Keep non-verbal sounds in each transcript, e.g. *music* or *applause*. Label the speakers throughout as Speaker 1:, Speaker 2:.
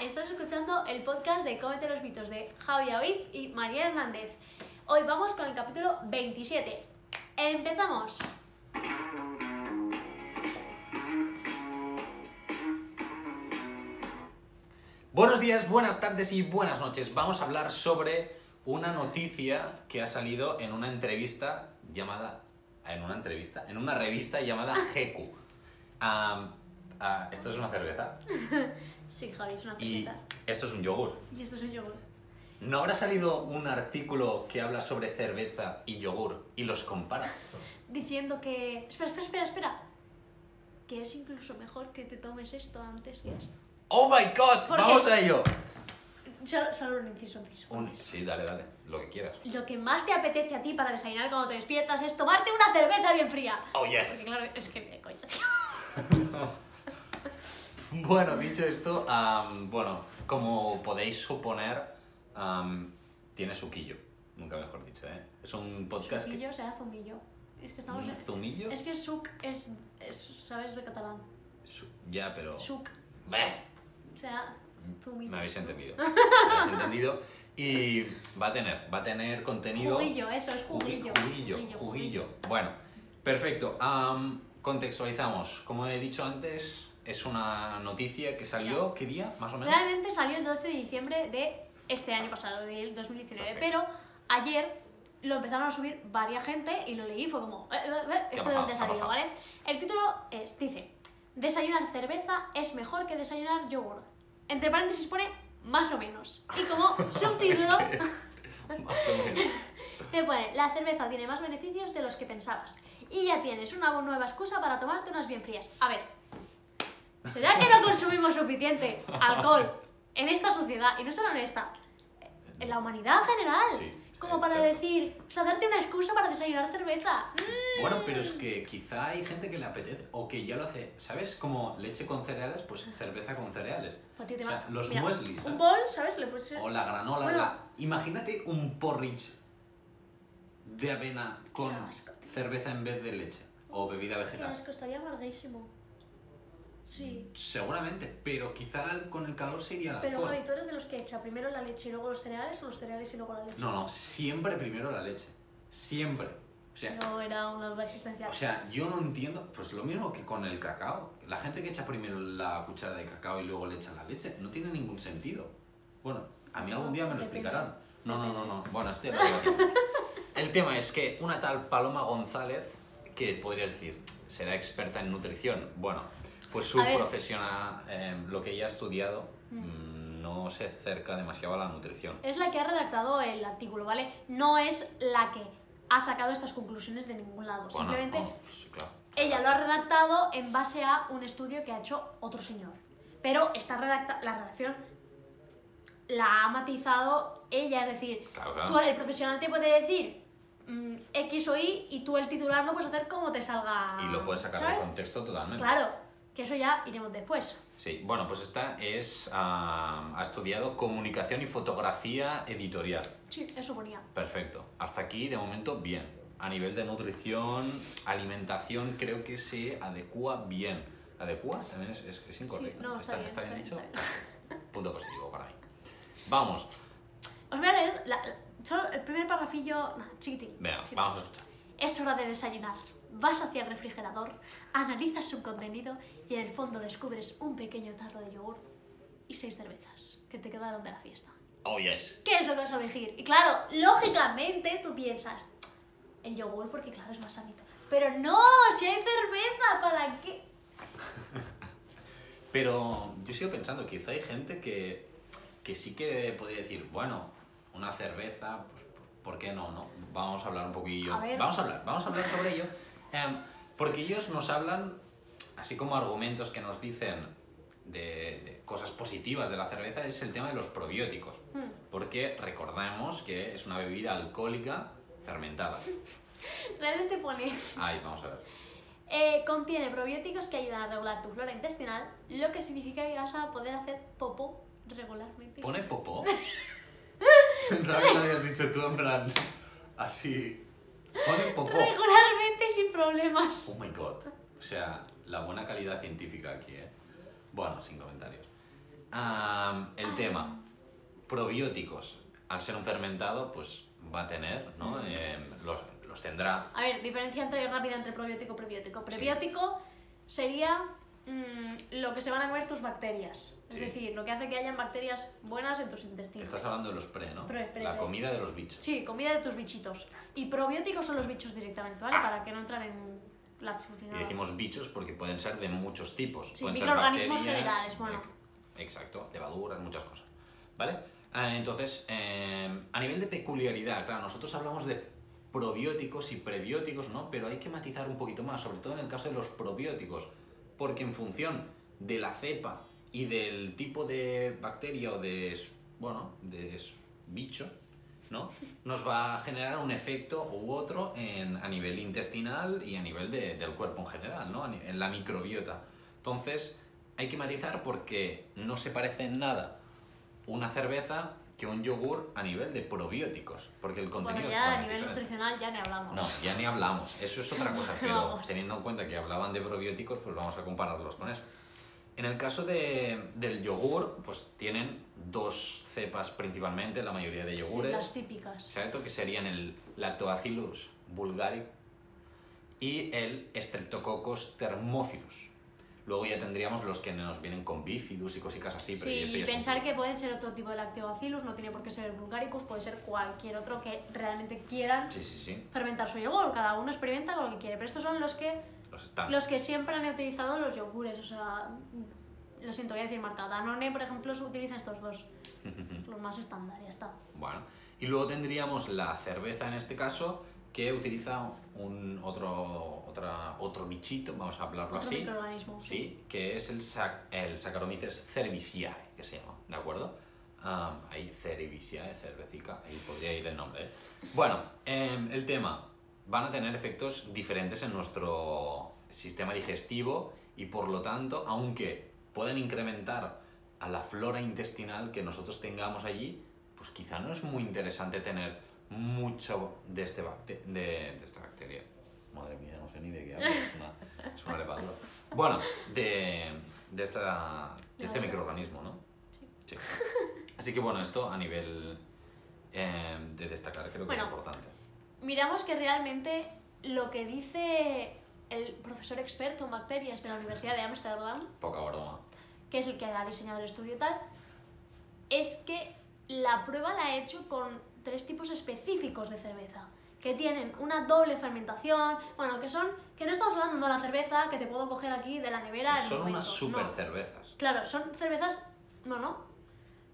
Speaker 1: estás escuchando el podcast de Cómete los mitos de Javi David y María Hernández. Hoy vamos con el capítulo 27. ¡Empezamos!
Speaker 2: Buenos días, buenas tardes y buenas noches. Vamos a hablar sobre una noticia que ha salido en una entrevista llamada. En una entrevista, en una revista llamada
Speaker 1: Ah.
Speaker 2: GQ. Am, ah, esto es una cerveza
Speaker 1: Sí, Javi, es una
Speaker 2: y
Speaker 1: cerveza.
Speaker 2: esto es un yogur.
Speaker 1: Y esto es un yogur.
Speaker 2: ¿No habrá salido un artículo que habla sobre cerveza y yogur y los compara?
Speaker 1: Diciendo que... Espera, espera, espera, espera. Que es incluso mejor que te tomes esto antes que esto.
Speaker 2: ¡Oh my god!
Speaker 1: ¿Por
Speaker 2: ¡Vamos
Speaker 1: qué?
Speaker 2: a ello!
Speaker 1: Solo, solo un inciso, un inciso.
Speaker 2: Un- Sí, dale, dale, lo que quieras.
Speaker 1: Lo que más te apetece a ti para desayunar cuando te despiertas es tomarte una cerveza bien fría.
Speaker 2: ¡Oh
Speaker 1: Porque
Speaker 2: yes!
Speaker 1: claro, es que me coño, tío.
Speaker 2: Bueno, dicho esto, am, bueno, como podéis suponer, am, tiene su quillo. Nunca mejor dicho, ¿eh? Es un podcast que... Mm.
Speaker 1: Zumbillo será zumbillo. Es que estamos...
Speaker 2: ¿Un ¿Zumillo?
Speaker 1: Es que suc es, es... ¿Sabes de catalán?
Speaker 2: Su- Ya, pero...
Speaker 1: Suc.
Speaker 2: Bleh.
Speaker 1: O sea, zumbillo.
Speaker 2: Me
Speaker 1: *laughs*
Speaker 2: habéis entendido. Me habéis entendido. Y va a tener, va a tener contenido...
Speaker 1: Juguillo, eso, es juguillo.
Speaker 2: Juguillo, juguillo, juguillo. Bueno, perfecto. Am, contextualizamos. Como he dicho antes, es una noticia que salió, ¿qué día?
Speaker 1: *laughs*
Speaker 2: Más o menos.
Speaker 1: Realmente salió el 12 de diciembre de este año pasado, del 2019.
Speaker 2: Perfecto.
Speaker 1: Pero ayer lo empezaron a subir varia gente y lo leí y fue como, eh, eh, eh,
Speaker 2: ¿Qué ha
Speaker 1: esto de dónde
Speaker 2: pasado?
Speaker 1: ha
Speaker 2: ¿Qué ha
Speaker 1: salido,
Speaker 2: pasado?
Speaker 1: ¿vale? El título es, dice, desayunar cerveza es mejor que desayunar yogur. Entre paréntesis pone más o menos. Y
Speaker 2: *laughs*
Speaker 1: como
Speaker 2: Es
Speaker 1: subtítulo
Speaker 2: que- más
Speaker 1: *laughs*
Speaker 2: o menos.
Speaker 1: te pone, la cerveza tiene más beneficios de los que pensabas. Y ya tienes una bu- nueva excusa para tomarte unas bien frías. A ver, ¿será que no consumimos suficiente alcohol en esta sociedad? Y no solo en esta, en la humanidad en general.
Speaker 2: Sí, sí,
Speaker 1: como para
Speaker 2: cierto.
Speaker 1: decir, o sea, darte una excusa para desayunar cerveza.
Speaker 2: Bueno, pero es que quizá hay gente que le apetece o que ya lo hace, ¿sabes? Como leche con cereales, pues cerveza con cereales.
Speaker 1: Pues, tío, te
Speaker 2: O sea,
Speaker 1: va-
Speaker 2: los
Speaker 1: mira,
Speaker 2: mueslis, ¿eh?
Speaker 1: Un bol, ¿sabes? Le puse...
Speaker 2: O la granola.
Speaker 1: Bueno.
Speaker 2: la- Imagínate un porridge de avena con
Speaker 1: Qué asco, tío.
Speaker 2: cerveza en vez de leche o bebida
Speaker 1: Qué
Speaker 2: vegetal.
Speaker 1: asco, estaría amarguísimo. Sí.
Speaker 2: Seguramente, pero quizá al- con el calor sería el
Speaker 1: Pero
Speaker 2: alcohol.
Speaker 1: Javi, ¿tú eres de los que echa primero la leche y luego los cereales o los cereales y luego la leche?
Speaker 2: No, no, siempre primero la leche. Siempre. O sea,
Speaker 1: No, era una persistencia.
Speaker 2: O sea, yo no entiendo, pues lo mismo que con el cacao. La gente que echa primero la cuchara de cacao y luego le echa la leche, no tiene ningún sentido. Bueno, a mí algún día me lo
Speaker 1: Depende.
Speaker 2: explicarán. No, no, no, no. Bueno, esto ya lo
Speaker 1: *laughs*
Speaker 2: debatimos. El tema es que una tal Paloma González, que podrías decir, será experta en nutrición. Bueno, pues su
Speaker 1: A ver.
Speaker 2: profesión, lo que ella ha estudiado, mm, no se acerca demasiado a la nutrición.
Speaker 1: Es la que ha redactado el artículo, ¿vale? No es la que ha sacado estas conclusiones de ningún lado.
Speaker 2: Bueno,
Speaker 1: Simplemente
Speaker 2: no, sí, claro.
Speaker 1: ella lo ha redactado en base a un estudio que ha hecho otro señor. Pero esta redacta la redacción la ha matizado ella, es decir,
Speaker 2: Claro, claro.
Speaker 1: tú el profesional te puede decir mm, X o Y y tú el titular lo puedes hacer como te salga.
Speaker 2: Y lo puedes sacar
Speaker 1: ¿sabes?
Speaker 2: de contexto totalmente.
Speaker 1: Claro, que eso ya iremos después.
Speaker 2: Sí, bueno, pues esta es. ah, ha estudiado comunicación y fotografía editorial.
Speaker 1: Sí, eso ponía.
Speaker 2: Perfecto. Hasta aquí, de momento, bien. A nivel de nutrición, alimentación, creo que se adecua bien. ¿Adecua? También es, es- es incorrecto.
Speaker 1: Sí, no, está bien, está bien,
Speaker 2: dicho?
Speaker 1: está bien.
Speaker 2: Punto positivo para mí. Vamos,
Speaker 1: Os voy a leer la- la- solo el primer parrafillo nah, chiquitín.
Speaker 2: venga,
Speaker 1: chiquitín.
Speaker 2: vamos a escuchar.
Speaker 1: Es hora de desayunar. Vas hacia el refrigerador, analizas su contenido y en el fondo descubres un pequeño tarro de yogur y seis cervezas que te quedaron de la fiesta.
Speaker 2: Oh, yes.
Speaker 1: ¿Qué es lo que vas a elegir? Y claro, lógicamente tú piensas el yogur porque claro es más sanito. Pero no, si hay cerveza, ¿para qué?
Speaker 2: Pero yo sigo pensando, quizá hay gente que, que sí que podría decir, bueno, una cerveza, pues, ¿por qué no? no? Vamos a hablar un poquillo.
Speaker 1: A ver.
Speaker 2: Vamos a hablar, vamos a hablar sobre ello. Em, porque ellos nos hablan, así como argumentos que nos dicen de, de cosas positivas de la cerveza, es el tema de los probióticos.
Speaker 1: Hmm.
Speaker 2: Porque recordamos que es una bebida alcohólica fermentada.
Speaker 1: Realmente pone
Speaker 2: Ahí, vamos a ver.
Speaker 1: Eh, contiene probióticos que ayudan a regular tu flora intestinal, lo que significa que vas a poder hacer popó regularmente. *laughs*
Speaker 2: ¿Pone popó? Pensaba que lo habías dicho tú en plan así. Pone popó.
Speaker 1: Regularmente sin problemas.
Speaker 2: Oh my god. O sea, la buena calidad científica aquí, ¿eh? Bueno, sin comentarios. Am,
Speaker 1: Ah.
Speaker 2: el tema, probióticos. Al ser un fermentado, pues va a tener,
Speaker 1: Mm.
Speaker 2: ¿no? Em, los, los tendrá.
Speaker 1: A ver, diferencia entre, rápida entre probiótico y prebiótico. Prebiótico sería mm, lo que se van a comer tus bacterias.
Speaker 2: Sí.
Speaker 1: Es decir, lo que hace que hayan bacterias buenas en tus intestinos.
Speaker 2: Estás hablando de los pre, ¿no?
Speaker 1: Pre, pre,
Speaker 2: La
Speaker 1: pre.
Speaker 2: comida de los bichos.
Speaker 1: Sí, comida de tus bichitos. Y probióticos son los bichos directamente, ¿vale? Para que no entran en lapsus ni
Speaker 2: Ah. Y
Speaker 1: nada.
Speaker 2: decimos bichos porque pueden ser de muchos tipos.
Speaker 1: Sí,
Speaker 2: pueden ser
Speaker 1: microorganismos
Speaker 2: bacterias,
Speaker 1: generales, bueno.
Speaker 2: e- Exacto, levaduras, muchas cosas. ¿Vale? Ah, entonces, eh, a nivel de peculiaridad, claro, nosotros hablamos de probióticos y prebióticos, ¿no? Pero hay que matizar un poquito más, sobre todo en el caso de los probióticos, porque en función de la cepa y del tipo de bacteria o de, s- bueno, de s- bicho, ¿no? Nos va a generar un efecto u otro en- a nivel intestinal y a nivel de- del cuerpo en general, ¿no? A ni- En la microbiota. Entonces, hay que matizar porque no se parece en nada una cerveza que un yogur a nivel de probióticos, porque el
Speaker 1: Bueno,
Speaker 2: contenido es
Speaker 1: ya a
Speaker 2: totalmente
Speaker 1: nivel
Speaker 2: diferente.
Speaker 1: nutricional ya ni hablamos.
Speaker 2: No, ya ni hablamos. Eso es otra
Speaker 1: *laughs*
Speaker 2: cosa, pero
Speaker 1: Vamos.
Speaker 2: teniendo en cuenta que hablaban de probióticos, pues vamos a compararlos con eso. En el caso de- del yogur, pues tienen dos cepas principalmente, la mayoría de
Speaker 1: Sí,
Speaker 2: yogures.
Speaker 1: las típicas.
Speaker 2: Exacto, que serían el Lactobacillus bulgari y el Streptococcus thermophilus. Luego ya tendríamos los que nos vienen con bifidus y cositas así. Pero
Speaker 1: Sí,
Speaker 2: eso
Speaker 1: y
Speaker 2: ya es un
Speaker 1: pensar
Speaker 2: plus.
Speaker 1: que pueden ser otro tipo de lactobacillus, no tiene por qué ser el vulgaricus, puede ser cualquier otro que realmente quieran
Speaker 2: Sí, sí, sí,
Speaker 1: fermentar su yogur. Cada uno experimenta con lo que quiere, pero estos son los que
Speaker 2: los están.
Speaker 1: los que siempre han utilizado los yogures, o sea, lo siento, voy a decir marca. Danone, por ejemplo, se utiliza estos dos, los más estándar, ya está.
Speaker 2: *laughs* Bueno, y luego tendríamos la cerveza en este caso, que utiliza un otro, otra, otro bichito, vamos a hablarlo
Speaker 1: Otro
Speaker 2: así.
Speaker 1: microorganismo.
Speaker 2: Ah, Sí, que es el, sac- el Saccharomyces cerevisiae, que se llama, ¿de acuerdo? Am, ahí, cerevisiae, cervecica, ahí podría ir el nombre. ¿eh? Bueno, em, el tema, van a tener efectos diferentes en nuestro sistema digestivo y por lo tanto, aunque pueden incrementar a la flora intestinal que nosotros tengamos allí, pues quizá no es muy interesante tener mucho de, este bacte- de, de esta bacteria. Madre mía, no sé ni de qué hablo, es una, es una levadura. Bueno, de, de, esta, de este
Speaker 1: Levadura.
Speaker 2: microorganismo, ¿no? Sí. Así que bueno, esto a nivel eh, de destacar creo que
Speaker 1: Bueno.
Speaker 2: es importante.
Speaker 1: Miramos que realmente lo que dice el profesor experto en bacterias de la Universidad de Ámsterdam,
Speaker 2: Poca broma.
Speaker 1: que es el que ha diseñado el estudio y tal, es que la prueba la ha hecho con tres tipos específicos de cerveza, que tienen una doble fermentación, bueno, que son, que no estamos hablando de la cerveza que te puedo coger aquí de la
Speaker 2: O
Speaker 1: nevera.
Speaker 2: sea,
Speaker 1: en un
Speaker 2: son unas
Speaker 1: momento,
Speaker 2: super
Speaker 1: no.
Speaker 2: cervezas.
Speaker 1: Claro, son cervezas, no, no,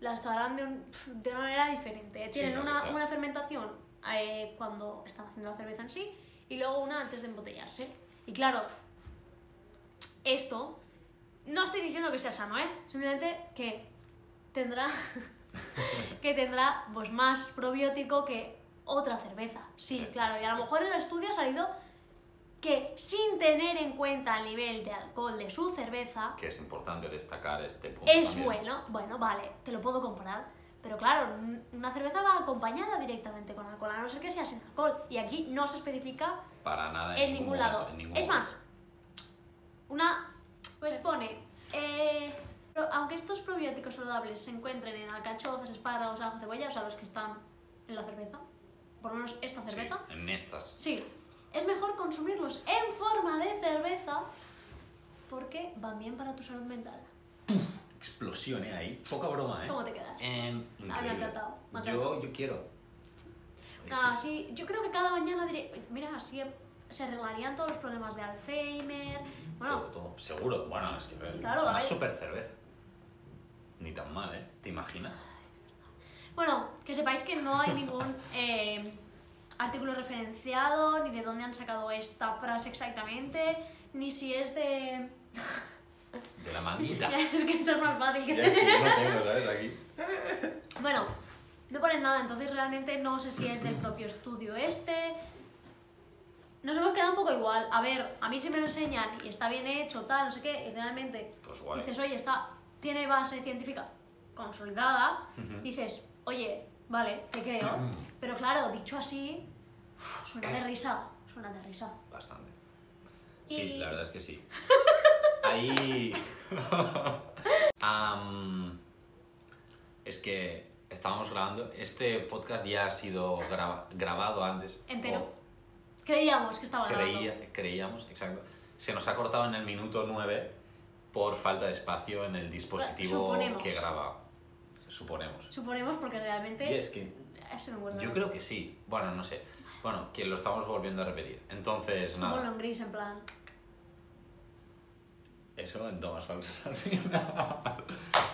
Speaker 1: las harán de, un- de una manera diferente.
Speaker 2: Sí,
Speaker 1: Tienen
Speaker 2: lo que
Speaker 1: una,
Speaker 2: sea.
Speaker 1: una fermentación eh, cuando están haciendo la cerveza en sí y luego una antes de embotellarse. Y claro, esto no estoy diciendo que sea sano, ¿eh? Simplemente que tendrá *laughs* que tendrá pues más probiótico que otra cerveza. Sí,
Speaker 2: Sí,
Speaker 1: claro, y a lo
Speaker 2: sí.
Speaker 1: mejor en el estudio ha salido que sin tener en cuenta el nivel de alcohol de su cerveza,
Speaker 2: Que es importante destacar este punto.
Speaker 1: Ah. es
Speaker 2: también.
Speaker 1: bueno, bueno, vale, te lo puedo comprar. Pero claro, n- una cerveza va acompañada directamente con alcohol, a no ser que sea sin alcohol. Y aquí no se especifica
Speaker 2: Para nada.
Speaker 1: en ningún
Speaker 2: momento,
Speaker 1: lado.
Speaker 2: en ningún
Speaker 1: Es
Speaker 2: momento.
Speaker 1: más, una. Pues pone. eh, pero aunque estos probióticos saludables se encuentren en alcachofas, espárragos, ajo, cebolla, o sea, los que están en la cerveza, por lo menos esta
Speaker 2: Sí,
Speaker 1: cerveza,
Speaker 2: en estas.
Speaker 1: sí, es mejor consumirlos en forma de cerveza porque van bien para tu salud mental.
Speaker 2: Explosión, ¿eh? Ahí. Poca broma, ¿eh?
Speaker 1: ¿Cómo te quedas?
Speaker 2: Em,
Speaker 1: me ha
Speaker 2: increíble.
Speaker 1: encantado, me ha
Speaker 2: Yo,
Speaker 1: encantado.
Speaker 2: yo quiero. Es
Speaker 1: Ah,
Speaker 2: que es-
Speaker 1: sí, yo creo que cada mañana diré, mira, así se arreglarían todos los problemas de Alzheimer. Bueno,
Speaker 2: Todo, todo. Seguro. Bueno, es que
Speaker 1: Claro,
Speaker 2: es una
Speaker 1: vale.
Speaker 2: super cerveza. Ni tan mal, ¿eh? ¿Te imaginas?
Speaker 1: bueno, que sepáis que no hay
Speaker 2: *laughs*
Speaker 1: ningún eh, artículo referenciado, ni de dónde han sacado esta frase exactamente, ni si es
Speaker 2: *laughs*
Speaker 1: de...
Speaker 2: De
Speaker 1: *laughs*
Speaker 2: la manguita.
Speaker 1: es que esto es más fácil que...
Speaker 2: Ya es que yo no tengo, ¿sabes? Aquí.
Speaker 1: *laughs* Bueno, no ponen nada, entonces realmente no sé si es del propio estudio este. Nos hemos quedado un poco igual. A ver, a mí se me lo enseñan y está bien hecho, tal, no sé qué, y realmente
Speaker 2: Pues guay.
Speaker 1: dices, oye, está, tiene base científica consolidada, dices, oye, vale, te creo. Pero claro, dicho así, uf, suena de risa, suena de risa.
Speaker 2: Bastante. Eh. Sí,
Speaker 1: Y- *laughs*
Speaker 2: la verdad es que sí. Ahí. *laughs* Am, es que estábamos grabando. Este podcast ya ha sido gra- grabado antes.
Speaker 1: Entero. Creíamos que
Speaker 2: o
Speaker 1: estaba grabando.
Speaker 2: creía- creíamos, exacto. Se nos ha cortado en el minuto 9 por falta de espacio en el dispositivo
Speaker 1: Suponemos.
Speaker 2: que graba. Suponemos.
Speaker 1: Suponemos porque realmente
Speaker 2: Y es que
Speaker 1: ha sido un buen
Speaker 2: yo
Speaker 1: verano.
Speaker 2: creo que sí. Bueno, no sé. Bueno, que lo estamos volviendo a repetir. Entonces,
Speaker 1: Ponlo
Speaker 2: nada.
Speaker 1: en gris, en plan.
Speaker 2: Eso en tomas falsas al final. *laughs*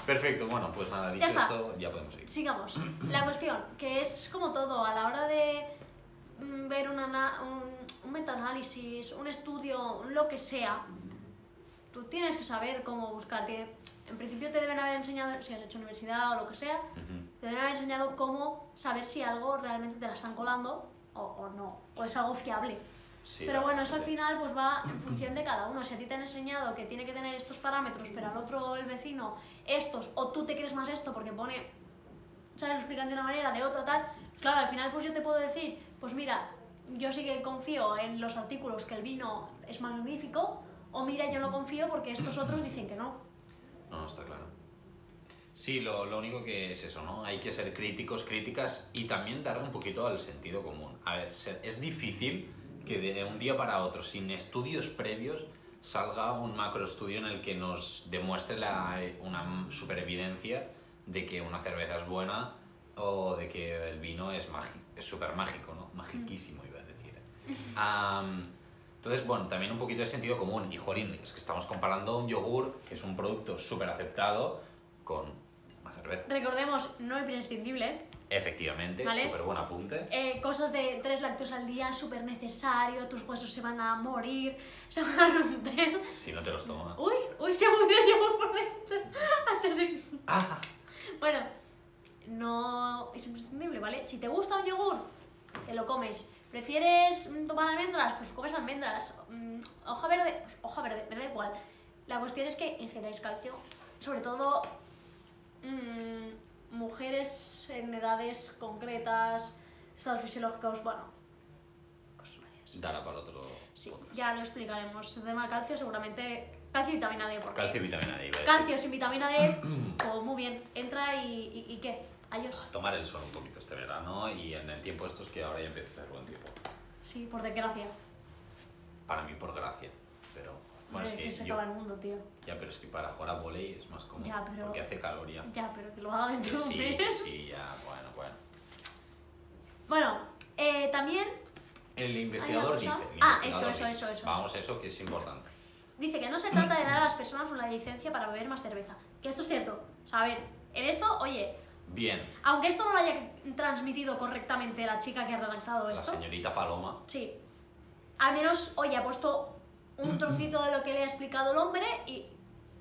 Speaker 2: Perfecto, bueno, pues nada, dicho
Speaker 1: está.
Speaker 2: esto, ya podemos ir.
Speaker 1: Sigamos. La cuestión, que es como todo, a la hora de mm, ver un, ana- un, un metaanálisis, un estudio, un lo que sea, tú tienes que saber cómo buscar. Tiene- En principio te deben haber enseñado, si has hecho universidad o lo que sea,
Speaker 2: Ujú.
Speaker 1: te deben haber enseñado cómo saber si algo realmente te la están colando o, o no, o es algo fiable.
Speaker 2: Sí,
Speaker 1: Pero bueno,
Speaker 2: vale.
Speaker 1: eso al final pues va en función de cada uno. Si a ti te han enseñado que tiene que tener estos parámetros, pero al otro, el vecino, estos, o tú te crees más esto porque pone, ¿sabes? Lo explican de una manera, de otra, tal. Pues claro, al final pues yo te puedo decir, pues mira, yo sí que confío en los artículos que el vino es magnífico, o mira, yo no confío porque estos otros dicen que no.
Speaker 2: No, no, está claro. Sí, lo, lo único que es eso, ¿no? Hay que ser críticos, críticas y también darle un poquito al sentido común. A ver, se- es difícil que de un día para otro, sin estudios previos, salga un macroestudio en el que nos demuestre la, una superevidencia de que una cerveza es buena o de que el vino es mágico, es súper mágico, ¿no? Magiquísimo, iba a decir. Am, entonces, bueno, también un poquito de sentido común. Y Jorín, es que estamos comparando un yogur, que es un producto súper aceptado, con una cerveza.
Speaker 1: Recordemos, no imprescindible,
Speaker 2: Efectivamente,
Speaker 1: Vale.
Speaker 2: súper buen apunte.
Speaker 1: eh, cosas de tres lactos al día, súper necesario, tus huesos se van a morir, *laughs* se van a romper.
Speaker 2: Si no te los tomas.
Speaker 1: Uy, uy, se murió *laughs* yo por dentro. Ah, yo sí.
Speaker 2: ¡Ah!
Speaker 1: Bueno, no es imprescindible, ¿vale? Si te gusta un yogur, te lo comes. ¿Prefieres mm, tomar almendras? Pues comes almendras. Mm, Hoja verde, pues hoja verde, me da igual. La cuestión es que ingeráis calcio, sobre todo mm, mujeres en edades concretas, estados fisiológicos, bueno, cosas varias.
Speaker 2: Dará para otro.
Speaker 1: Sí,
Speaker 2: podcast.
Speaker 1: ya lo explicaremos. El tema del calcio, seguramente calcio y vitamina D, porque
Speaker 2: Calcio y vitamina D. iba a decir.
Speaker 1: calcio sin vitamina
Speaker 2: *clears throat*
Speaker 1: D, pues muy bien, entra y, y, y qué, adiós.
Speaker 2: Tomar el sol un poquito este verano y en el tiempo estos que ahora ya empieza a hacer buen tiempo.
Speaker 1: Sí, por desgracia.
Speaker 2: Para mí, por gracia. Pero. Bueno,
Speaker 1: Hombre,
Speaker 2: es
Speaker 1: Eh, se
Speaker 2: que yo.
Speaker 1: acaba el mundo, tío.
Speaker 2: Ya, pero es que para jugar a volei es más cómodo.
Speaker 1: Ya, pero-
Speaker 2: Porque hace calor
Speaker 1: *laughs*
Speaker 2: ya.
Speaker 1: Ya, pero que lo haga dentro
Speaker 2: Que
Speaker 1: de un
Speaker 2: sí, que
Speaker 1: mes.
Speaker 2: sí, ya, bueno, bueno.
Speaker 1: *laughs* Bueno, eh, también
Speaker 2: El investigador
Speaker 1: Hay
Speaker 2: dice.
Speaker 1: una
Speaker 2: el
Speaker 1: cosa- Ah, eso,
Speaker 2: investigador
Speaker 1: eso,
Speaker 2: dice.
Speaker 1: eso, eso,
Speaker 2: Vamos, eso que es importante.
Speaker 1: dice que no se trata de dar a las personas una licencia para beber más cerveza. Que esto es cierto. O sea, a ver, en esto, oye,
Speaker 2: Bien,
Speaker 1: aunque esto no lo haya transmitido correctamente la chica que ha redactado
Speaker 2: la
Speaker 1: esto,
Speaker 2: señorita Paloma.
Speaker 1: sí. Al menos, oye, ha puesto un trocito de lo que le ha explicado el hombre y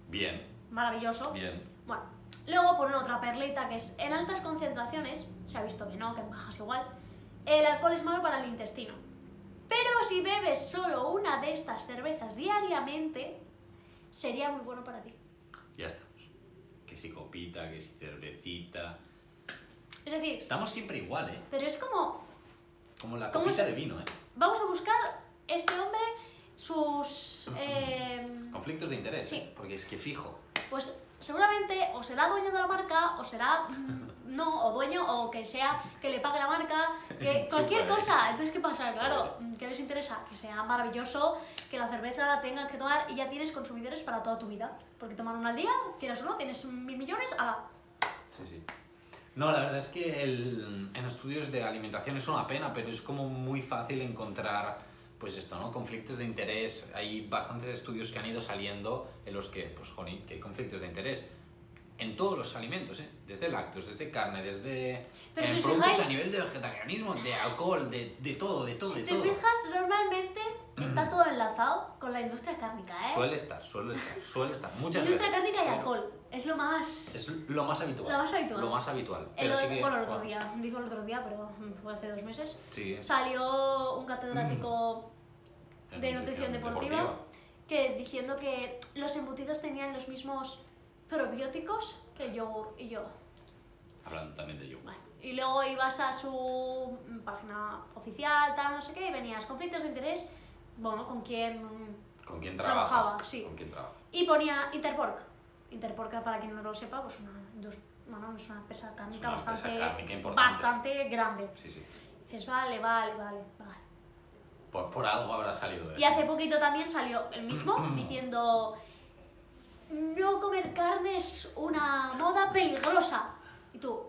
Speaker 2: Bien,
Speaker 1: maravilloso.
Speaker 2: bien.
Speaker 1: Bueno, luego ponen otra perlita que es en altas concentraciones, se ha visto que no, que en bajas igual, el alcohol es malo para el intestino. Pero si bebes solo una de estas cervezas diariamente, sería muy bueno para ti.
Speaker 2: Ya estamos. Que si copita, que si cervecita.
Speaker 1: Es decir,
Speaker 2: Estamos siempre igual, ¿eh?
Speaker 1: pero es como,
Speaker 2: Como la
Speaker 1: ¿Cómo
Speaker 2: copita
Speaker 1: se-
Speaker 2: de vino, ¿eh?
Speaker 1: vamos a buscar este hombre sus... em,
Speaker 2: Conflictos de interés.
Speaker 1: Sí.
Speaker 2: ¿eh? Porque es que fijo.
Speaker 1: pues seguramente o será dueño de la marca, o será mm, no, o dueño, o que sea que le pague la marca, que
Speaker 2: *laughs* Sí,
Speaker 1: cualquier
Speaker 2: vale.
Speaker 1: cosa. Entonces, ¿qué pasa? Claro,
Speaker 2: Vale.
Speaker 1: mm, ¿qué les interesa? Que sea maravilloso, que la cerveza la tengas que tomar y ya tienes consumidores para toda tu vida. Porque tomar una al día, quieras o no, tienes mil millones, ala.
Speaker 2: Sí, sí. No, la verdad es que el- en estudios de alimentación es una pena, pero es como muy fácil encontrar, pues esto, ¿no? Conflictos de interés. Hay bastantes estudios que han ido saliendo en los que, pues, jolín, que hay conflictos de interés. En todos los alimentos, ¿eh? Desde lácteos, desde carne, desde...
Speaker 1: Pero
Speaker 2: en
Speaker 1: si os
Speaker 2: productos
Speaker 1: fijáis-
Speaker 2: a nivel de vegetarianismo, de alcohol, de, de todo, de todo,
Speaker 1: Si
Speaker 2: de
Speaker 1: te
Speaker 2: todo.
Speaker 1: fijas, normalmente está todo enlazado con la industria cárnica, ¿eh?
Speaker 2: Suele estar, suele estar, suele
Speaker 1: *laughs*
Speaker 2: estar. Muchas
Speaker 1: industria
Speaker 2: veces,
Speaker 1: cárnica y
Speaker 2: pero
Speaker 1: alcohol. Es lo más...
Speaker 2: Es lo más habitual.
Speaker 1: Lo más habitual.
Speaker 2: Lo más habitual.
Speaker 1: el
Speaker 2: Pero sí
Speaker 1: otro-
Speaker 2: que-
Speaker 1: bueno, el otro
Speaker 2: buah,
Speaker 1: día, digo el otro día, pero mm, fue hace dos meses.
Speaker 2: Sí, Mm.
Speaker 1: salió un catedrático de nutrición deportiva, que diciendo que los embutidos tenían los mismos probióticos que el yogur y yo.
Speaker 2: Hablando también de yogur.
Speaker 1: Bueno, y luego ibas a su mm, página oficial, tal, no sé qué, y venías conflictos de interés, bueno, con quién mm,
Speaker 2: ¿Con quién trabajas?
Speaker 1: Trabajaba, sí.
Speaker 2: ¿Con quién trabajas?
Speaker 1: Y ponía Interpork. Interpork, para quien no lo sepa, pues una, indus- bueno, una vamos, es una empresa cárnica
Speaker 2: una empresa
Speaker 1: bastante,
Speaker 2: cárnica importante.
Speaker 1: bastante grande.
Speaker 2: Sí, sí.
Speaker 1: Dices, vale, vale, vale, vale.
Speaker 2: Pues por algo habrá salido
Speaker 1: Y
Speaker 2: eso.
Speaker 1: hace poquito también salió el
Speaker 2: *clears throat*
Speaker 1: mismo diciendo no comer carne es una moda peligrosa. Y tú,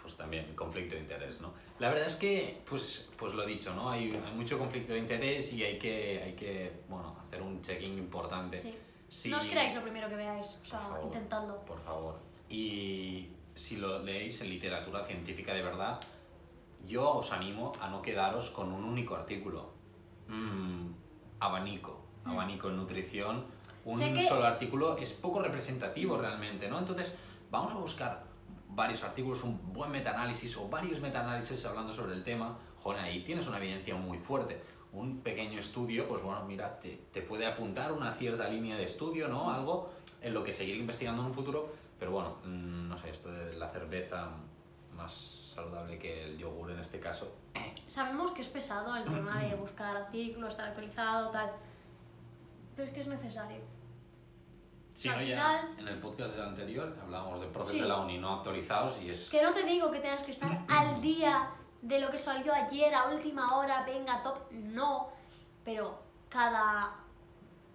Speaker 2: Pues también conflicto de interés, ¿no? La verdad es que, pues, pues lo dicho, ¿no? Hay, hay mucho conflicto de interés y hay que, hay que bueno, hacer un check-in importante.
Speaker 1: sí.
Speaker 2: Si-
Speaker 1: No os creáis lo primero que veáis, o sea,
Speaker 2: Eh, Por favor.
Speaker 1: intentadlo.
Speaker 2: Por favor. Y si lo leéis en literatura científica de verdad, yo os animo a no quedaros con un único artículo. Mm, abanico.
Speaker 1: Mm.
Speaker 2: Abanico en nutrición. Un
Speaker 1: Sé que-
Speaker 2: solo artículo es poco representativo realmente, ¿no? Entonces, vamos a buscar varios artículos, un buen metaanálisis o varios metaanálisis hablando sobre el tema. Joder, ahí tienes una evidencia muy fuerte. Un pequeño estudio, pues bueno, mira, te, te puede apuntar una cierta línea de estudio, ¿no? Algo en lo que seguir investigando en un futuro. Pero bueno, mm, no sé, esto de la cerveza mm, más saludable que el yogur en este caso.
Speaker 1: Sabemos que es pesado el tema
Speaker 2: *clears throat*
Speaker 1: de buscar artículos, estar actualizado, tal. Pero es que es necesario.
Speaker 2: Si
Speaker 1: Al
Speaker 2: no, ya
Speaker 1: final-
Speaker 2: en el podcast anterior hablábamos de profes
Speaker 1: Sí.
Speaker 2: de la uni no actualizados y es...
Speaker 1: Que no te digo que tengas que estar al día de lo que salió ayer, a última hora, venga, top, no. Pero cada,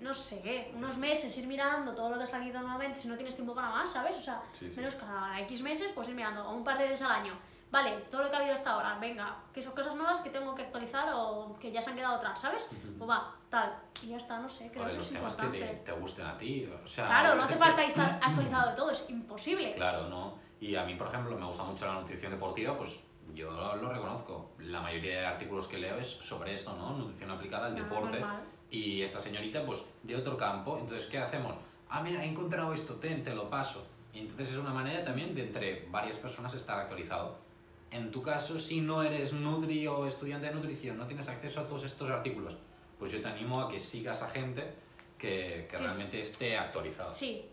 Speaker 1: no sé, unos meses ir mirando todo lo que ha salido nuevamente, si no tienes tiempo para más, ¿sabes? O sea,
Speaker 2: Sí, sí.
Speaker 1: menos cada X meses, pues ir mirando, o un par de veces al año. Vale, todo lo que ha habido hasta ahora, venga, que son cosas nuevas que tengo que actualizar o que ya se han quedado atrás, ¿sabes? O va, tal, y ya está, no sé,
Speaker 2: O
Speaker 1: creo
Speaker 2: de
Speaker 1: que
Speaker 2: los
Speaker 1: es
Speaker 2: temas que
Speaker 1: importante.
Speaker 2: te, te gusten a ti. O sea,
Speaker 1: Claro,
Speaker 2: hay
Speaker 1: no hace
Speaker 2: veces que-
Speaker 1: falta
Speaker 2: *clears throat*
Speaker 1: estar actualizado de todo, es imposible.
Speaker 2: Claro, ¿no? Y a mí, por ejemplo, me gusta mucho la nutrición deportiva, pues yo lo, lo reconozco. La mayoría de artículos que leo es sobre esto, ¿no? Nutrición aplicada al
Speaker 1: Ah,
Speaker 2: deporte.
Speaker 1: normal.
Speaker 2: Y esta señorita, pues, de otro campo. Entonces, ¿qué hacemos? Ah, mira, he encontrado esto, ten, te lo paso. Y entonces es una manera también de entre varias personas estar actualizado. En tu caso, si no eres nutri o estudiante de nutrición, no tienes acceso a todos estos artículos, pues yo te animo a que sigas a gente que, que
Speaker 1: es-
Speaker 2: realmente esté actualizado. *clears throat*
Speaker 1: Sí,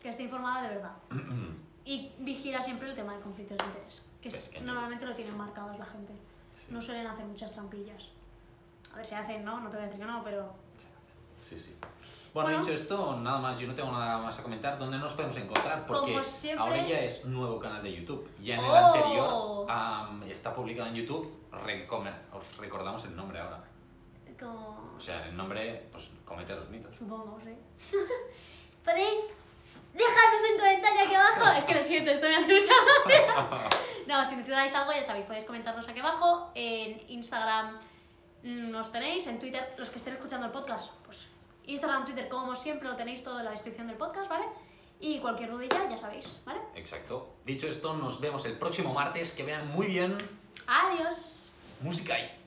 Speaker 1: que esté informada de verdad. y vigila siempre el tema de conflictos de interés, que es-
Speaker 2: Pequeño.
Speaker 1: normalmente lo tienen marcados la gente.
Speaker 2: Sí.
Speaker 1: No suelen hacer muchas trampillas. A ver si hacen, ¿no? No te voy a decir que no, pero...
Speaker 2: Sí, sí. Bueno,
Speaker 1: Bueno.
Speaker 2: dicho esto, nada más, yo no tengo nada más a comentar. ¿Dónde nos podemos encontrar?
Speaker 1: Como
Speaker 2: Porque
Speaker 1: siempre-
Speaker 2: ahora ya es nuevo canal de YouTube. Ya en el
Speaker 1: Oh.
Speaker 2: anterior am, está publicado en YouTube. Recome- os recordamos el nombre ahora.
Speaker 1: Como...
Speaker 2: O sea, el nombre, pues comete los mitos.
Speaker 1: Supongo, sí. *laughs* ¿Podéis? Dejadnos en comentarios aquí abajo. Es que lo siento, esto me hace mucha gracia. *laughs* No, si necesitáis algo, ya sabéis, podéis comentarnos aquí abajo. En Instagram mm, nos tenéis, en Twitter, los que estén escuchando el podcast, pues Instagram, Twitter, como siempre, lo tenéis todo en la descripción del podcast, ¿vale? Y cualquier dudilla, ya sabéis, ¿vale?
Speaker 2: Exacto. Dicho esto, nos vemos el próximo martes. Que vean muy bien
Speaker 1: Adiós.
Speaker 2: música y